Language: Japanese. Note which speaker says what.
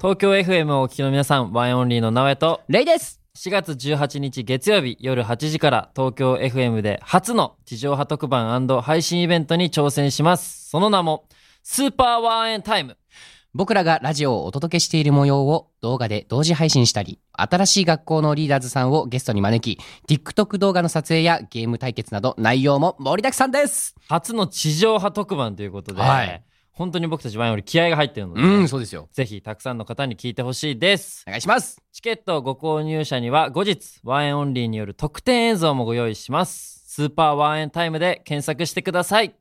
Speaker 1: 東京 FM をお聞きの皆さん、ワンエンオンリーの直江と、
Speaker 2: レイです
Speaker 1: 4月18日月曜日夜8時から東京 FM で初の地上波特番配信イベントに挑戦します。その名も、スーパーワンエンタイム。
Speaker 2: 僕らがラジオをお届けしている模様を動画で同時配信したり、新しい学校のリーダーズさんをゲストに招き、TikTok 動画の撮影やゲーム対決など内容も盛りだくさんです
Speaker 1: 初の地上波特番ということで、
Speaker 2: はい
Speaker 1: 本当に僕たちワンエンより気合が入ってるので、
Speaker 2: うん、そうですよ。
Speaker 1: ぜひたくさんの方に聞いてほしいです。
Speaker 2: お願いします
Speaker 1: チケットご購入者には後日、ワンエンオンリーによる特典映像もご用意します。スーパーワンエンタイムで検索してください。